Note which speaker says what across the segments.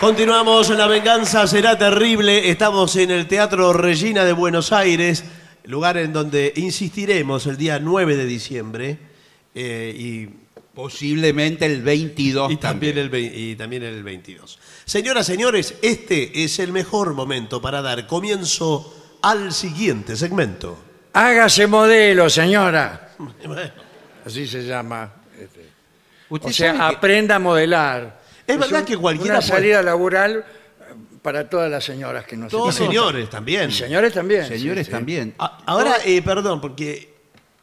Speaker 1: Continuamos en La Venganza Será Terrible. Estamos en el Teatro Regina de Buenos Aires, lugar en donde insistiremos el día 9 de diciembre eh, y,
Speaker 2: Posiblemente el 22
Speaker 1: y también el, vei- y también el 22. Señoras, señores, este es el mejor momento para dar comienzo al siguiente segmento.
Speaker 3: Hágase modelo, señora.
Speaker 1: Bueno,
Speaker 3: Así se llama. este.
Speaker 2: Usted
Speaker 3: O sea,
Speaker 2: sabe que-
Speaker 3: aprenda a modelar.
Speaker 1: Es verdad
Speaker 3: un-
Speaker 1: que cualquiera
Speaker 3: Una
Speaker 1: puede-
Speaker 3: salida laboral eh, para todas las señoras que nos
Speaker 1: todos
Speaker 3: escuchan.
Speaker 1: señores también.
Speaker 3: Y señores también. sí,
Speaker 2: Señores
Speaker 3: sí.
Speaker 2: también.
Speaker 1: A- Ahora, eh, perdón, porque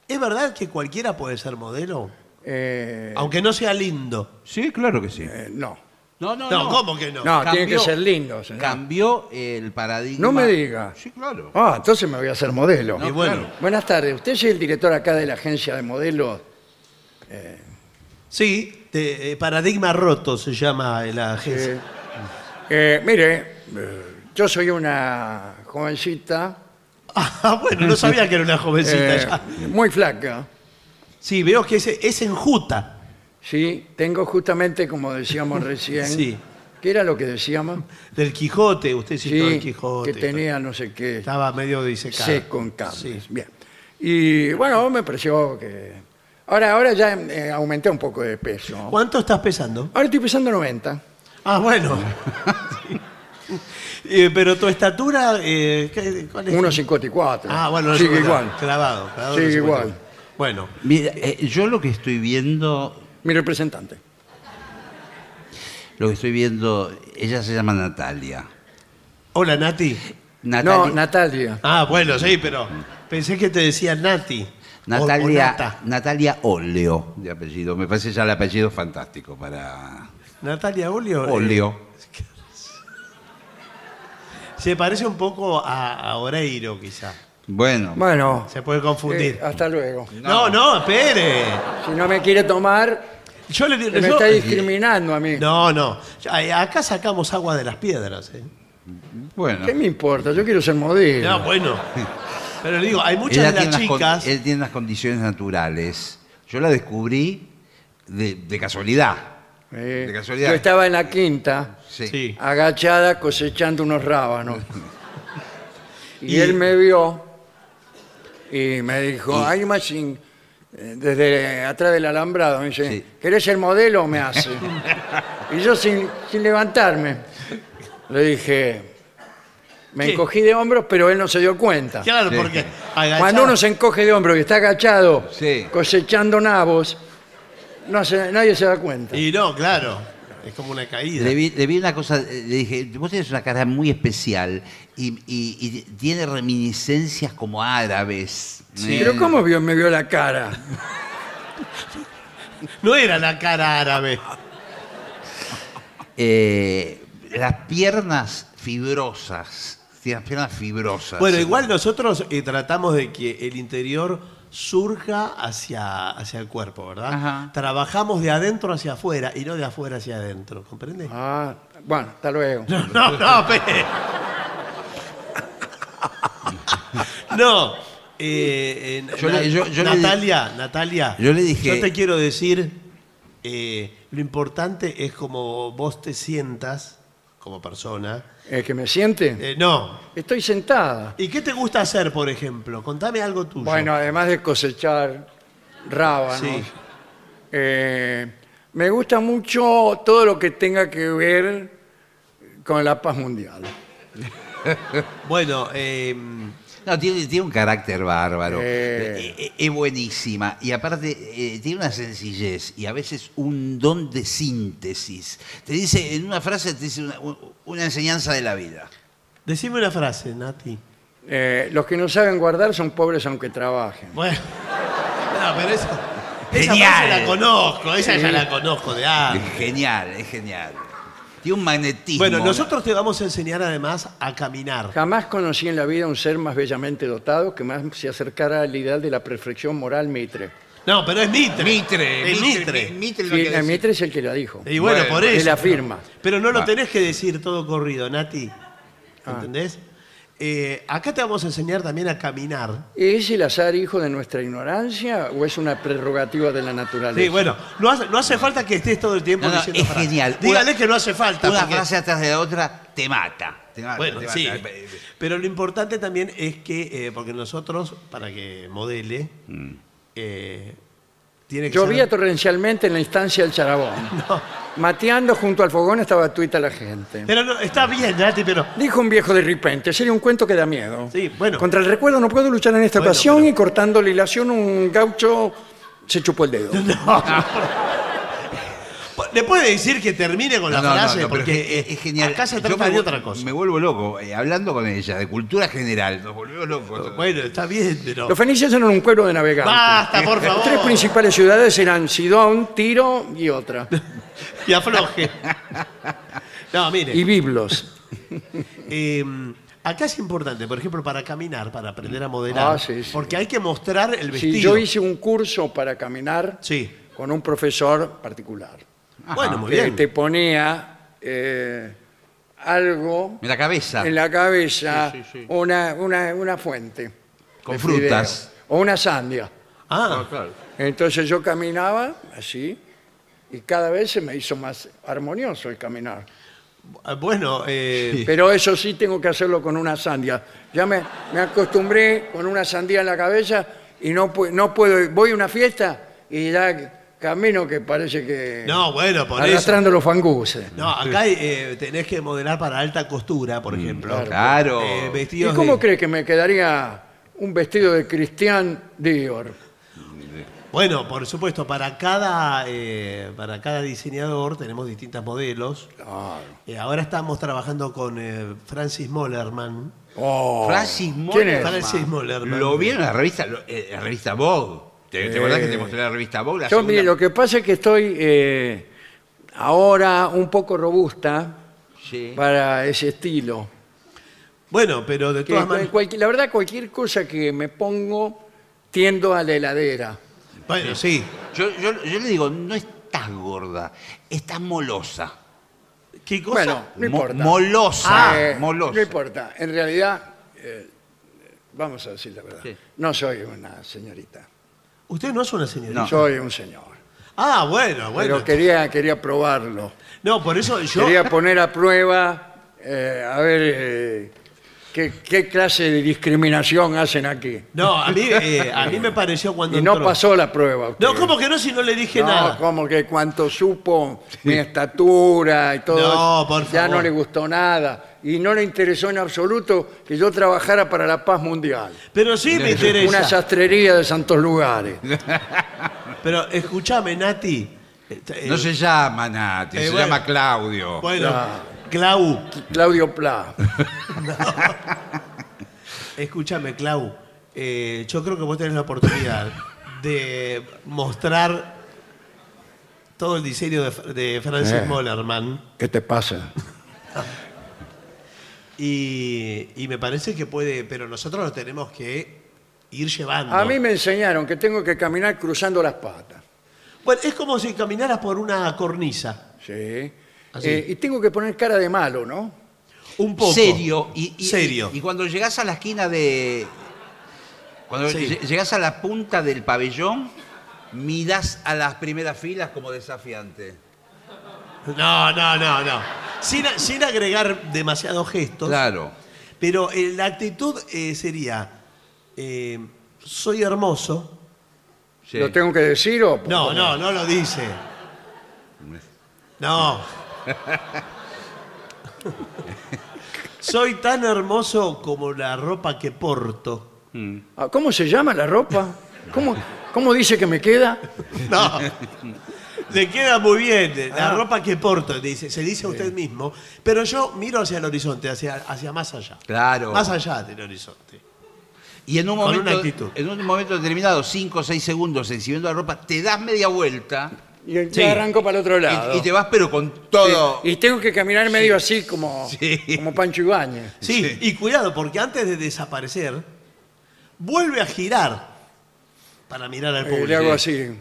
Speaker 1: ¿es verdad que cualquiera puede ser modelo?
Speaker 3: Eh,
Speaker 1: Aunque no sea lindo.
Speaker 2: Sí, claro que sí.
Speaker 3: eh, no.
Speaker 2: No, no,
Speaker 1: No, ¿cómo que no?
Speaker 3: No, tiene que ser lindo, señor.
Speaker 2: Cambió el paradigma.
Speaker 3: No me diga.
Speaker 2: Sí, claro.
Speaker 3: Ah, entonces me voy a hacer modelo.
Speaker 1: Y bueno,
Speaker 3: Buenas tardes. ¿Usted es el director acá de la agencia de modelos?
Speaker 1: sí, te- eh, paradigma roto se llama la agencia.
Speaker 3: Eh, eh, mire, eh, yo soy una jovencita.
Speaker 1: Ah, bueno, no sabía que era una jovencita.
Speaker 3: eh,
Speaker 1: ya.
Speaker 3: muy flaca.
Speaker 1: Sí, veo que es, es enjuta.
Speaker 3: Sí, tengo justamente, como decíamos recién,
Speaker 1: Sí.
Speaker 3: ¿qué era lo que decíamos?
Speaker 1: Del Quijote, usted citó
Speaker 3: Sí,
Speaker 1: el Quijote.
Speaker 3: que tenía no sé qué,
Speaker 1: Estaba medio disecado.
Speaker 3: seco en cables.
Speaker 1: Sí.
Speaker 3: Bien. Y bueno, me pareció que... Ahora, ahora ya eh, aumenté un poco de peso.
Speaker 1: ¿Cuánto estás pesando?
Speaker 3: Ahora estoy pesando 90.
Speaker 1: Ah, bueno. Sí. Eh, pero tu estatura, eh, ¿qué- ¿cuál es?
Speaker 3: 1,54.
Speaker 1: Ah, bueno, no
Speaker 3: Sigue
Speaker 1: sé,
Speaker 3: igual.
Speaker 1: Clavado, clavado.
Speaker 3: Sigue
Speaker 1: no sé cuánto.
Speaker 3: igual.
Speaker 1: Bueno,
Speaker 2: Mira, eh, yo lo que estoy viendo,
Speaker 3: Mi representante.
Speaker 2: lo que estoy viendo, ella se llama Natalia.
Speaker 1: hola Nati.
Speaker 2: Natalia,
Speaker 3: No, Natalia.
Speaker 1: Ah, bueno, sí, pero pensé que te decía Nati. o- o
Speaker 2: Natalia,
Speaker 1: Nata.
Speaker 2: Natalia Oleo, de apellido. Me parece ya el apellido fantástico para.
Speaker 1: Natalia Olio. eh,
Speaker 2: Oleo.
Speaker 1: se parece un poco a, a Oreiro, quizá.
Speaker 2: Bueno,
Speaker 3: Bueno,
Speaker 1: Se puede confundir.
Speaker 3: eh, hasta luego.
Speaker 1: no. no, espere.
Speaker 3: Si no me quiere tomar,
Speaker 1: Yo le
Speaker 3: me
Speaker 1: digo.
Speaker 3: está discriminando a mí.
Speaker 1: No, no. Yo- ay, Acá sacamos agua de las piedras. ¿eh?
Speaker 2: bueno.
Speaker 3: ¿Qué me importa? Yo quiero ser modelo.
Speaker 1: No, bueno. Pero le digo, hay
Speaker 2: Ella
Speaker 1: muchas de las
Speaker 2: tiene las con- eh,
Speaker 1: chicas.
Speaker 2: él tiene las condiciones naturales. Yo la descubrí de, de casualidad.
Speaker 3: Eh,
Speaker 2: De casualidad.
Speaker 3: yo estaba en la quinta,
Speaker 2: Sí.
Speaker 1: Sí.
Speaker 3: agachada cosechando unos rábanos. y,
Speaker 1: Y-
Speaker 3: él me vio y me dijo, hay más desde atrás del alambrado, me dice,
Speaker 2: Sí.
Speaker 3: ¿querés el modelo o me hace? y yo sin, sin levantarme, le dije, me
Speaker 1: ¿Qué?
Speaker 3: encogí de hombros, pero él no se dio cuenta.
Speaker 1: Claro,
Speaker 2: Sí.
Speaker 1: porque. agachada-
Speaker 3: Cuando uno se encoge de hombros y está agachado,
Speaker 2: Sí.
Speaker 3: cosechando nabos, no se- nadie se da cuenta.
Speaker 1: Y no, claro. Es como una caída.
Speaker 2: Le vi, le vi una cosa, eh, le dije, vos tenés una cara muy especial y, y- y tiene reminiscencias como árabes.
Speaker 3: Sí,
Speaker 2: Eh,
Speaker 3: pero ¿cómo vio, me vio la cara?
Speaker 1: No era la cara árabe.
Speaker 2: eh, las piernas fibrosas. Tiene las piernas fibrosas.
Speaker 1: Bueno, igual nosotros eh, tratamos de que el interior surja hacia, hacia el cuerpo, ¿verdad?
Speaker 2: Ajá.
Speaker 1: Trabajamos de adentro hacia afuera y no de afuera hacia adentro, ¿comprende?
Speaker 3: Ah, bueno, hasta luego.
Speaker 1: No, no, no, pe- No. eh, eh,
Speaker 2: Yo le-
Speaker 1: Na-
Speaker 2: yo- yo le di-
Speaker 1: Natalia, Natalia.
Speaker 2: Yo le dije-
Speaker 1: Yo te quiero decir, eh, lo importante es como vos te sientas como persona.
Speaker 3: ¿Es que me siente?
Speaker 1: Eh, no.
Speaker 3: Estoy sentada.
Speaker 1: ¿Y qué te gusta hacer, por ejemplo? Contame algo tuyo.
Speaker 3: Bueno, además de cosechar rábanos,
Speaker 1: Sí.
Speaker 3: eh, me gusta mucho todo lo que tenga que ver con la paz mundial.
Speaker 1: Bueno, eh,
Speaker 2: No, tiene, tiene un carácter bárbaro.
Speaker 3: Eh.
Speaker 2: Eh, eh, Es buenísima. Y aparte, eh, tiene una sencillez y a veces un don de síntesis. Te dice, en una frase, te dice una, u- una enseñanza de la vida.
Speaker 1: decime una frase, Nati.
Speaker 3: Eh, los que no saben guardar son pobres aunque trabajen.
Speaker 1: Bueno, no, pero esa, esa
Speaker 2: Genial.
Speaker 1: frase la conozco, esa ya la conozco de antes.
Speaker 2: Es genial, es genial. Tiene un magnetismo.
Speaker 1: Bueno, nosotros te vamos a enseñar además a caminar.
Speaker 3: Jamás conocí en la vida un ser más bellamente dotado que más se acercara al ideal de la perfección moral Mitre.
Speaker 1: No, pero es Mitre.
Speaker 2: Mitre,
Speaker 1: Es Mitre.
Speaker 2: Mitre, Mitre lo
Speaker 3: Sí,
Speaker 2: que decía.
Speaker 3: eh, Mitre es el que la dijo.
Speaker 1: Y bueno,
Speaker 2: Bueno,
Speaker 1: por
Speaker 3: Es
Speaker 1: eso.
Speaker 3: la firma.
Speaker 2: Ah.
Speaker 1: Pero no lo
Speaker 2: Va. Ah.
Speaker 1: tenés que decir todo corrido, Nati. ¿Entendés? Eh, acá te vamos a enseñar también a caminar.
Speaker 3: ¿Es el azar hijo de nuestra ignorancia o es una prerrogativa de la naturaleza?
Speaker 1: Sí, bueno, no hace, no hace falta que estés todo el tiempo
Speaker 2: No, no,
Speaker 1: diciendo.
Speaker 2: es
Speaker 1: frases.
Speaker 2: genial.
Speaker 1: Dígale
Speaker 2: Una-
Speaker 1: que no hace falta.
Speaker 2: Una
Speaker 1: porque-
Speaker 2: frase atrás de la otra te mata. Te mata,
Speaker 1: Bueno,
Speaker 2: te mata.
Speaker 1: sí. Pero lo importante también es que, eh, porque nosotros, para que modele,
Speaker 2: Mm.
Speaker 1: eh, tiene que
Speaker 3: Llovía
Speaker 1: ser...
Speaker 3: torrencialmente en la instancia del Charabón. Mateando junto al fogón estaba tuita la gente.
Speaker 1: Pero no, está bien, Nati, pero...
Speaker 3: Dijo un viejo de repente, sería un cuento que da miedo.
Speaker 1: Sí, bueno.
Speaker 3: Contra el recuerdo no puedo luchar en esta
Speaker 1: Bueno,
Speaker 3: ocasión
Speaker 1: pero-
Speaker 3: y cortando la ilación un gaucho se chupó el dedo.
Speaker 1: No. ¿Le puede decir que termine con la
Speaker 2: No, no, no,
Speaker 1: frase?
Speaker 2: no, pero
Speaker 1: porque eh,
Speaker 2: es, que- es genial.
Speaker 1: acá se
Speaker 2: Yo
Speaker 1: trata
Speaker 2: me
Speaker 1: de
Speaker 2: vu-
Speaker 1: otra cosa.
Speaker 2: Me vuelvo loco, eh, hablando con ella, de cultura general, nos volvemos locos.
Speaker 1: Bueno, está bien, pero...
Speaker 3: Los fenicios eran un pueblo de navegantes.
Speaker 1: ¡Basta, por
Speaker 3: Las tres
Speaker 1: favor!
Speaker 3: principales ciudades eran Sidón, Tiro y otra.
Speaker 1: Y afloje. No, mire.
Speaker 3: Y Biblos.
Speaker 1: Eh, acá es importante, por ejemplo, para caminar, para aprender a modelar.
Speaker 3: Ah, sí, sí.
Speaker 1: Porque hay que mostrar el
Speaker 3: Sí,
Speaker 1: vestido.
Speaker 3: yo hice un curso para caminar
Speaker 1: Sí.
Speaker 3: con un profesor particular.
Speaker 1: Bueno, muy
Speaker 3: que
Speaker 1: bien.
Speaker 3: Eh, te ponía eh, algo
Speaker 2: En la cabeza.
Speaker 3: en la cabeza,
Speaker 1: Sí, sí, sí.
Speaker 3: Una, una- una fuente.
Speaker 2: Con
Speaker 3: de
Speaker 2: frutas.
Speaker 3: fideo, O una sandia.
Speaker 1: Ah,
Speaker 3: Entonces yo caminaba así y cada vez se me hizo más armonioso el caminar.
Speaker 1: Ah, bueno, eh,
Speaker 3: Pero eso sí tengo que hacerlo con una sandia. Ya me, me acostumbré con una sandía en la cabeza y no, pu- no puedo. ir. Voy a una fiesta y ya camino que parece que...
Speaker 1: no, bueno, por eso.
Speaker 3: arrastrando los fanguses.
Speaker 1: No, acá eh, tenés que modelar para alta costura,
Speaker 3: Mm,
Speaker 1: por ejemplo.
Speaker 2: Claro.
Speaker 1: Eh,
Speaker 3: ¿Y
Speaker 1: vestidos
Speaker 3: cómo
Speaker 1: de-
Speaker 3: cree que me quedaría un vestido de Cristian Dior?
Speaker 1: Bueno, por supuesto, para cada, eh, para cada diseñador tenemos distintos modelos. Eh, ahora estamos trabajando con eh, Francis Mollerman.
Speaker 3: Oh.
Speaker 2: Francis
Speaker 3: ¿Quién es?
Speaker 2: Mollerman.
Speaker 1: Francis Mollerman.
Speaker 2: Lo vieron en la revista, lo- eh, la revista Vogue. ¿Te, te acordás que te mostré la revista Vogue? La
Speaker 3: Yo, mire,
Speaker 2: segunda-
Speaker 3: lo que pasa es que estoy eh, ahora un poco robusta
Speaker 2: Sí.
Speaker 3: para ese estilo.
Speaker 1: Bueno, pero de
Speaker 3: Que
Speaker 1: todas
Speaker 3: cual-
Speaker 1: maneras.
Speaker 3: cualqui- la verdad, cualquier cosa que me pongo tiendo a la heladera.
Speaker 1: Bueno, sí.
Speaker 2: Yo, yo- yo le digo, no estás gorda, estás molosa.
Speaker 1: ¿Qué cosa?
Speaker 3: Bueno, no
Speaker 2: Mo-
Speaker 3: importa.
Speaker 2: Molosa.
Speaker 3: Eh,
Speaker 2: molosa.
Speaker 3: No importa. En realidad, eh, vamos a decir la verdad,
Speaker 2: Sí.
Speaker 3: no soy una señorita,
Speaker 1: Usted no es una señorita.
Speaker 2: No.
Speaker 3: soy un señor.
Speaker 1: Ah, bueno, bueno.
Speaker 3: Pero quería, quería probarlo.
Speaker 1: No, por eso yo.
Speaker 3: Quería poner a prueba, eh, a ver, eh, qué, qué clase de discriminación hacen aquí.
Speaker 1: No, a mí, eh, a mí me pareció cuando.
Speaker 3: Y no
Speaker 1: entró.
Speaker 3: pasó la prueba. usted.
Speaker 1: No, ¿cómo que no si no le dije
Speaker 3: No,
Speaker 1: nada?
Speaker 3: como que cuanto supo mi estatura y todo,
Speaker 1: No,
Speaker 3: eso,
Speaker 1: por
Speaker 3: ya no
Speaker 1: favor.
Speaker 3: le gustó nada. Y no le interesó en absoluto que yo trabajara para la paz mundial.
Speaker 1: Pero sí me
Speaker 3: Una
Speaker 1: interesa.
Speaker 3: sastrería de santos lugares.
Speaker 1: Pero escúchame, Nati. Eh, eh,
Speaker 2: No se llama Nati,
Speaker 1: eh,
Speaker 2: se
Speaker 1: bueno.
Speaker 2: llama Claudio.
Speaker 1: Bueno,
Speaker 3: No.
Speaker 1: Clau.
Speaker 3: Claudio Pla.
Speaker 1: Escúchame, Clau. eh, yo creo que vos tenés la oportunidad de mostrar todo el diseño de, de Francis
Speaker 3: Eh.
Speaker 1: Mollerman.
Speaker 3: ¿Qué te pasa?
Speaker 1: Y, y me parece que puede, pero nosotros lo tenemos que ir llevando.
Speaker 3: A mí me enseñaron que tengo que caminar cruzando las patas.
Speaker 1: Bueno, es como si caminaras por una cornisa,
Speaker 3: Sí.
Speaker 2: Ah,
Speaker 1: Así.
Speaker 3: Eh, y tengo que poner cara de malo, ¿no?
Speaker 1: un poco.
Speaker 2: Serio. Y, y-
Speaker 1: Serio.
Speaker 2: Y, y cuando llegás a la esquina de. Cuando
Speaker 1: Sí.
Speaker 2: lle- llegás a la punta del pabellón, mirás a las primeras filas como desafiante.
Speaker 1: No, no, no, no. Sin, a- sin agregar demasiados gestos.
Speaker 2: Claro.
Speaker 1: Pero eh, la actitud eh, sería, eh, soy hermoso.
Speaker 2: sí.
Speaker 3: ¿Lo tengo que decir o...?
Speaker 1: No, no, no lo dice. No. soy tan hermoso como la ropa que porto.
Speaker 3: Ah, ¿Cómo se llama la ropa? ¿Cómo, cómo dice que me queda?
Speaker 1: No. Le queda muy bien eh, la
Speaker 3: Ah.
Speaker 1: ropa que porto, dice, se dice a usted mismo. Pero yo miro hacia el horizonte, hacia, hacia más allá.
Speaker 2: Claro.
Speaker 1: Más allá del horizonte.
Speaker 2: Y en un
Speaker 1: Con
Speaker 2: momento,
Speaker 1: una actitud.
Speaker 2: en un momento determinado, 5 o 6 segundos exhibiendo la ropa, te das media vuelta
Speaker 3: Y ya
Speaker 1: Sí.
Speaker 3: arranco para el otro lado.
Speaker 2: y, y te vas, pero con todo.
Speaker 3: Y tengo que caminar medio así como,
Speaker 2: Sí.
Speaker 3: como Pancho Ibáñez.
Speaker 1: Sí,
Speaker 2: Sí.
Speaker 1: y cuidado, porque antes de desaparecer, vuelve a girar para mirar al
Speaker 3: Eh,
Speaker 1: público.
Speaker 3: le hago así.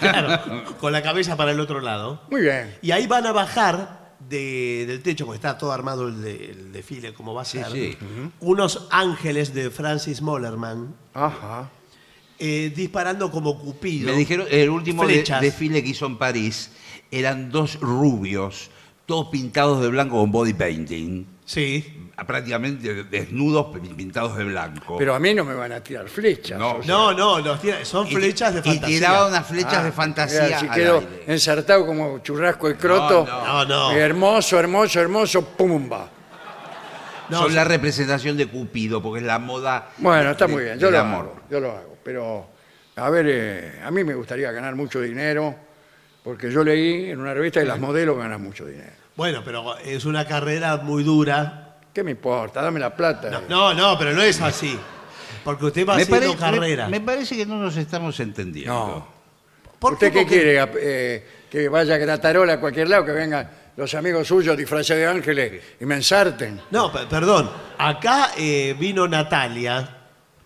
Speaker 1: Claro, con la cabeza para el otro lado.
Speaker 3: Muy bien.
Speaker 1: Y ahí van a bajar de- del techo, porque está todo armado el, de- el desfile, como va a ser,
Speaker 2: sí.
Speaker 1: unos ángeles de Francis Mollerman
Speaker 3: Ajá.
Speaker 1: eh, disparando como cupido.
Speaker 2: Me dijeron, el último de-
Speaker 1: Flechas.
Speaker 2: desfile que hizo en París eran dos rubios, todos pintados de blanco con body painting,
Speaker 1: Sí.
Speaker 2: prácticamente desnudos pe- pintados de blanco.
Speaker 3: Pero a mí no me van a tirar flechas.
Speaker 2: No.
Speaker 3: o sea.
Speaker 1: No, no, los tira- son
Speaker 2: Y-
Speaker 1: flechas de
Speaker 2: Y tiraba
Speaker 1: fantasía.
Speaker 2: unas flechas
Speaker 3: Ah,
Speaker 2: de fantasía.
Speaker 3: mira, si
Speaker 2: al
Speaker 3: quedo
Speaker 2: aire.
Speaker 3: ensartado como churrasco de croto.
Speaker 1: No, no.
Speaker 3: Hermoso, hermoso, hermoso, pumba.
Speaker 1: No,
Speaker 2: Son la representación de Cupido, porque es la moda.
Speaker 3: Bueno, está
Speaker 2: de-
Speaker 3: muy bien, yo
Speaker 2: del
Speaker 3: lo
Speaker 2: amor.
Speaker 3: hago, yo lo hago. Pero, a ver, eh, a mí me gustaría ganar mucho dinero, porque yo leí en una revista que las modelos ganan mucho dinero.
Speaker 1: Bueno, pero es una carrera muy dura.
Speaker 3: ¿Qué me importa? Dame la plata.
Speaker 1: No, no, no, pero no es así. Porque usted va haciendo
Speaker 2: pare-
Speaker 1: carrera.
Speaker 2: me- me parece que no nos estamos entendiendo.
Speaker 3: No.
Speaker 1: ¿Por
Speaker 3: ¿Usted qué
Speaker 1: porque-
Speaker 3: quiere? ap- eh, que vaya a Gratarola a cualquier lado, que vengan los amigos suyos disfrazados de ángeles y me ensarten.
Speaker 1: No, pe- perdón. Acá eh, vino Natalia.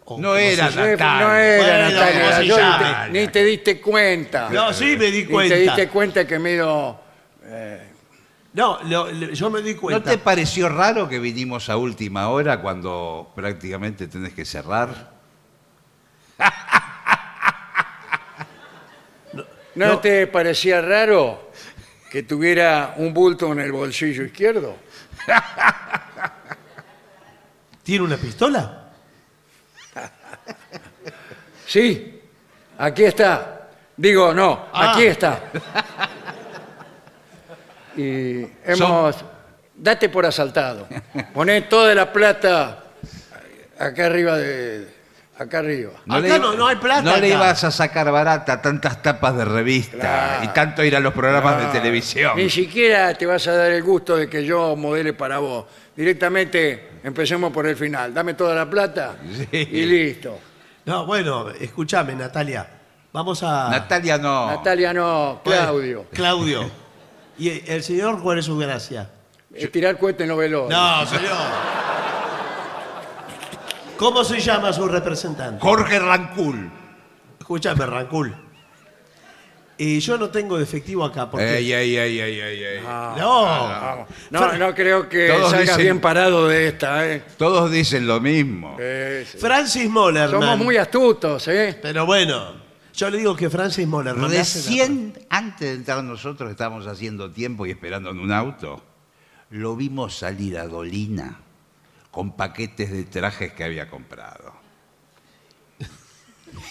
Speaker 1: o
Speaker 2: No
Speaker 1: como se
Speaker 2: era
Speaker 1: llame.
Speaker 3: No era
Speaker 1: Bueno,
Speaker 3: Natalia,
Speaker 1: ¿cómo se
Speaker 3: yo ni te-
Speaker 1: llama?
Speaker 3: ni te diste cuenta.
Speaker 1: No, sí me di
Speaker 3: Ni te
Speaker 1: cuenta.
Speaker 3: diste cuenta que mido...
Speaker 1: No, lo- lo- yo me di
Speaker 2: ¿No
Speaker 1: cuenta.
Speaker 2: te pareció raro que vinimos a última hora cuando prácticamente tenés que cerrar?
Speaker 3: ¿No,
Speaker 1: No.
Speaker 3: te parecía raro que tuviera un bulto en el bolsillo izquierdo?
Speaker 1: ¿Tiene una pistola?
Speaker 3: Sí, aquí está. Digo, no,
Speaker 1: Ah.
Speaker 3: aquí está. Y hemos... Date por asaltado. Poné toda la plata acá arriba de... Acá arriba.
Speaker 1: Acá no- no hay plata
Speaker 2: No le
Speaker 1: acá.
Speaker 2: ibas a sacar barata tantas tapas de revista
Speaker 3: Claro. Ah.
Speaker 2: y tanto ir a los programas de televisión.
Speaker 3: Ni siquiera te vas a dar el gusto de que yo modele para vos. Directamente empecemos por el final. Dame toda la plata y listo.
Speaker 1: No, bueno, escúchame, Natalia. Vamos a.
Speaker 2: Natalia no.
Speaker 3: Natalia no,
Speaker 1: Bueno,
Speaker 3: Claudio.
Speaker 1: Claudio. ¿Y el señor cuál es su gracia?
Speaker 3: Eh, Tirar cohete no veló.
Speaker 1: No, señor. ¿Cómo se llama su representante?
Speaker 2: Jorge Rancul.
Speaker 1: Escúchame, Rancul. Eh, yo no tengo efectivo acá porque.
Speaker 2: Ey, ey, ey, ey, ey, ey.
Speaker 3: Ah.
Speaker 1: no.
Speaker 3: Vamos. No, no creo que
Speaker 2: Todos
Speaker 3: salgas
Speaker 2: dicen-
Speaker 3: bien parado de esta. ¿eh?
Speaker 2: Todos dicen lo mismo.
Speaker 3: Eh, sí.
Speaker 1: Francis Moller.
Speaker 3: Somos muy astutos, ¿eh?
Speaker 1: Pero bueno, yo le digo que Francis Moller. ¿no?
Speaker 2: Recién, antes de entrar nosotros, estábamos haciendo tiempo y esperando en un auto. Lo vimos salir a Dolina con paquetes de trajes que había comprado.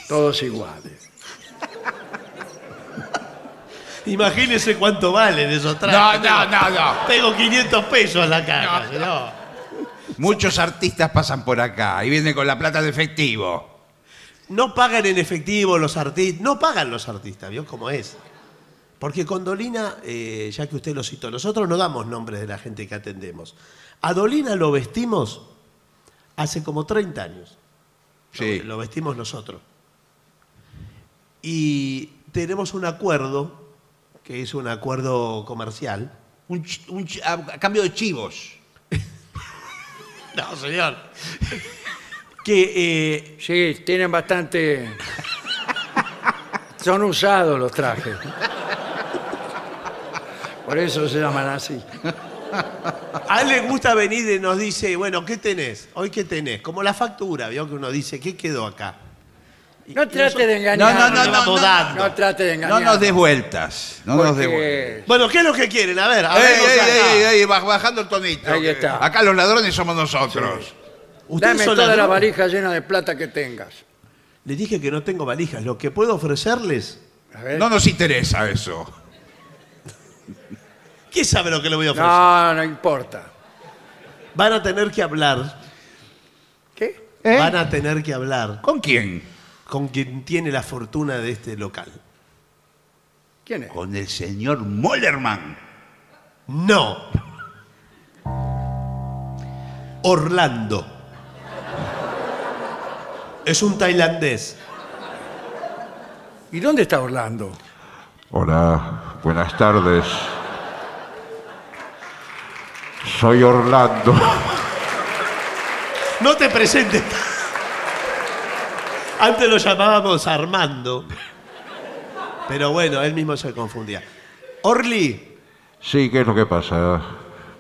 Speaker 3: Todos iguales.
Speaker 1: Imagínese cuánto valen esos trajes.
Speaker 2: no, no.
Speaker 1: Tengo 500 pesos en la caja. No,
Speaker 2: Muchos artistas pasan por acá y vienen con la plata de efectivo.
Speaker 1: No pagan en efectivo los artistas. No pagan los artistas, ¿vio cómo es? Porque con Dolina, eh, ya que usted lo citó, nosotros no damos nombres de la gente que atendemos. A Dolina lo vestimos hace como 30 años.
Speaker 2: Sí.
Speaker 1: Lo, lo vestimos nosotros. Y tenemos un acuerdo, que es un acuerdo comercial.
Speaker 2: Un ch- un ch- a, a cambio de chivos.
Speaker 1: No, señor. Que eh,
Speaker 3: Sí, tienen bastante. Son usados los trajes. Por eso se llaman así.
Speaker 1: a él le gusta venir y nos dice, bueno, ¿qué tenés? Hoy qué tenés. Como la factura, vio que uno dice, ¿qué quedó acá? Y- y
Speaker 3: No trate
Speaker 1: nosotros-
Speaker 3: de engañar.
Speaker 2: No, no, no,
Speaker 1: Vamos
Speaker 2: no, no.
Speaker 1: dando.
Speaker 3: No trate de
Speaker 2: No
Speaker 3: engañar.
Speaker 2: nos des vueltas. No nos des vueltas.
Speaker 3: porque
Speaker 1: Bueno, ¿qué es lo que quieren? A ver, a
Speaker 2: Ey,
Speaker 1: ver. o
Speaker 2: ey,
Speaker 1: sea,
Speaker 2: ey,
Speaker 1: acá.
Speaker 2: ey, baj- bajando el tonito.
Speaker 3: Ahí
Speaker 2: que
Speaker 3: está.
Speaker 2: Acá los ladrones somos nosotros.
Speaker 1: Ustedes
Speaker 3: Dame
Speaker 1: son
Speaker 3: toda la
Speaker 1: ladrones.
Speaker 3: valija llena de plata que tengas.
Speaker 1: Les dije que no tengo valijas. Lo que puedo ofrecerles,
Speaker 3: A ver.
Speaker 2: No nos interesa eso.
Speaker 1: ¿quién sabe lo que le voy a ofrecer?
Speaker 3: No, no importa.
Speaker 1: Van a tener que hablar.
Speaker 3: ¿Qué?
Speaker 2: ¿Eh?
Speaker 1: Van a tener que hablar
Speaker 2: ¿Con quién?
Speaker 1: con quien tiene la fortuna de este local.
Speaker 3: ¿Quién es?
Speaker 2: Con el señor Mollerman.
Speaker 1: No. Orlando. Es un tailandés.
Speaker 3: ¿Y dónde está Orlando?
Speaker 4: Hola, buenas tardes. Soy Orlando.
Speaker 1: No te presentes. Antes lo llamábamos Armando. Pero bueno, él mismo se confundía. Orly,
Speaker 4: Sí, ¿qué es lo que pasa?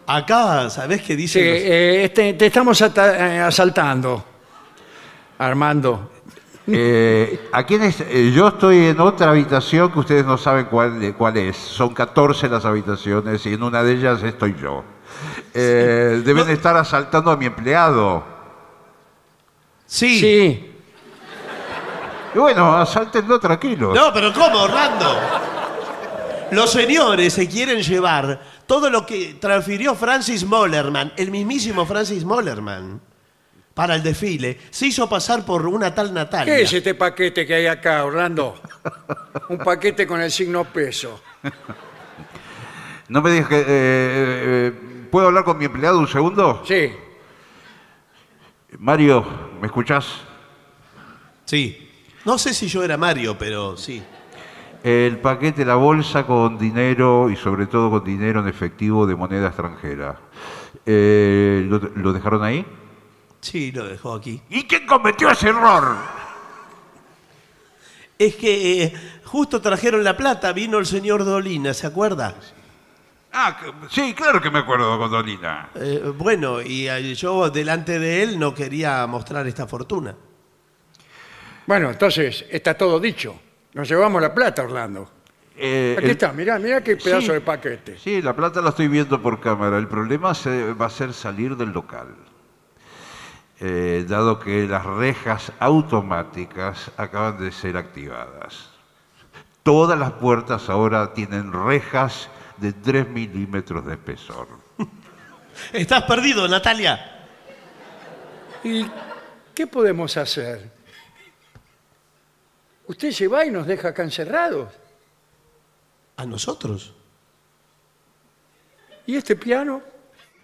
Speaker 1: Acá, ¿sabés qué
Speaker 3: Sí,
Speaker 1: dicen? los-
Speaker 3: eh, este, te estamos ata- eh, asaltando, Armando.
Speaker 4: Eh, ¿A quién es? Eh, Yo estoy en otra habitación que ustedes no saben cuál, eh, cuál es. Son 14 las habitaciones y en una de ellas estoy yo. Eh, deben estar asaltando a mi empleado.
Speaker 1: Sí.
Speaker 3: Sí,
Speaker 4: Y bueno, asáltenlo tranquilo.
Speaker 1: No, pero ¿cómo, Orlando? Los señores se quieren llevar todo lo que transfirió Francis Mollerman, el mismísimo Francis Mollerman, para el desfile. Se hizo pasar por una tal Natalia.
Speaker 3: ¿qué es este paquete que hay acá, Orlando? Un paquete con el signo peso.
Speaker 4: No me digas que... eh, eh, ¿Puedo hablar con mi empleado un segundo?
Speaker 3: Sí,
Speaker 4: Mario, ¿me escuchás?
Speaker 1: Sí. No sé si yo era Mario, pero sí.
Speaker 4: El paquete, la bolsa con dinero y sobre todo con dinero en efectivo de moneda extranjera. Eh, ¿lo, lo dejaron ahí?
Speaker 1: Sí, lo dejó aquí.
Speaker 4: ¿Y quién cometió ese error?
Speaker 1: Es que eh, justo trajeron la plata, vino el señor Dolina, ¿se acuerda?
Speaker 4: Ah, que- sí, claro que me acuerdo, Gondolina.
Speaker 1: Eh, bueno, y eh, yo delante de él no quería mostrar esta fortuna.
Speaker 3: bueno, entonces está todo dicho. Nos llevamos la plata, Orlando.
Speaker 4: Eh,
Speaker 3: Aquí
Speaker 4: el-
Speaker 3: está, mirá, mirá qué pedazo
Speaker 4: Sí.
Speaker 3: de paquete.
Speaker 4: Sí, la plata la estoy viendo por cámara. El problema se- va a ser salir del local. Eh, dado que las rejas automáticas acaban de ser activadas. Todas las puertas ahora tienen rejas de 3 milímetros de espesor.
Speaker 1: Estás perdido, Natalia.
Speaker 3: ¿Y qué podemos hacer? Usted se va y nos deja acá encerrados.
Speaker 1: ¿A nosotros?
Speaker 3: ¿Y este piano?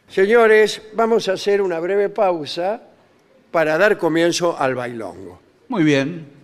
Speaker 3: Señores, vamos a hacer una breve pausa para dar comienzo al bailongo.
Speaker 2: Muy bien.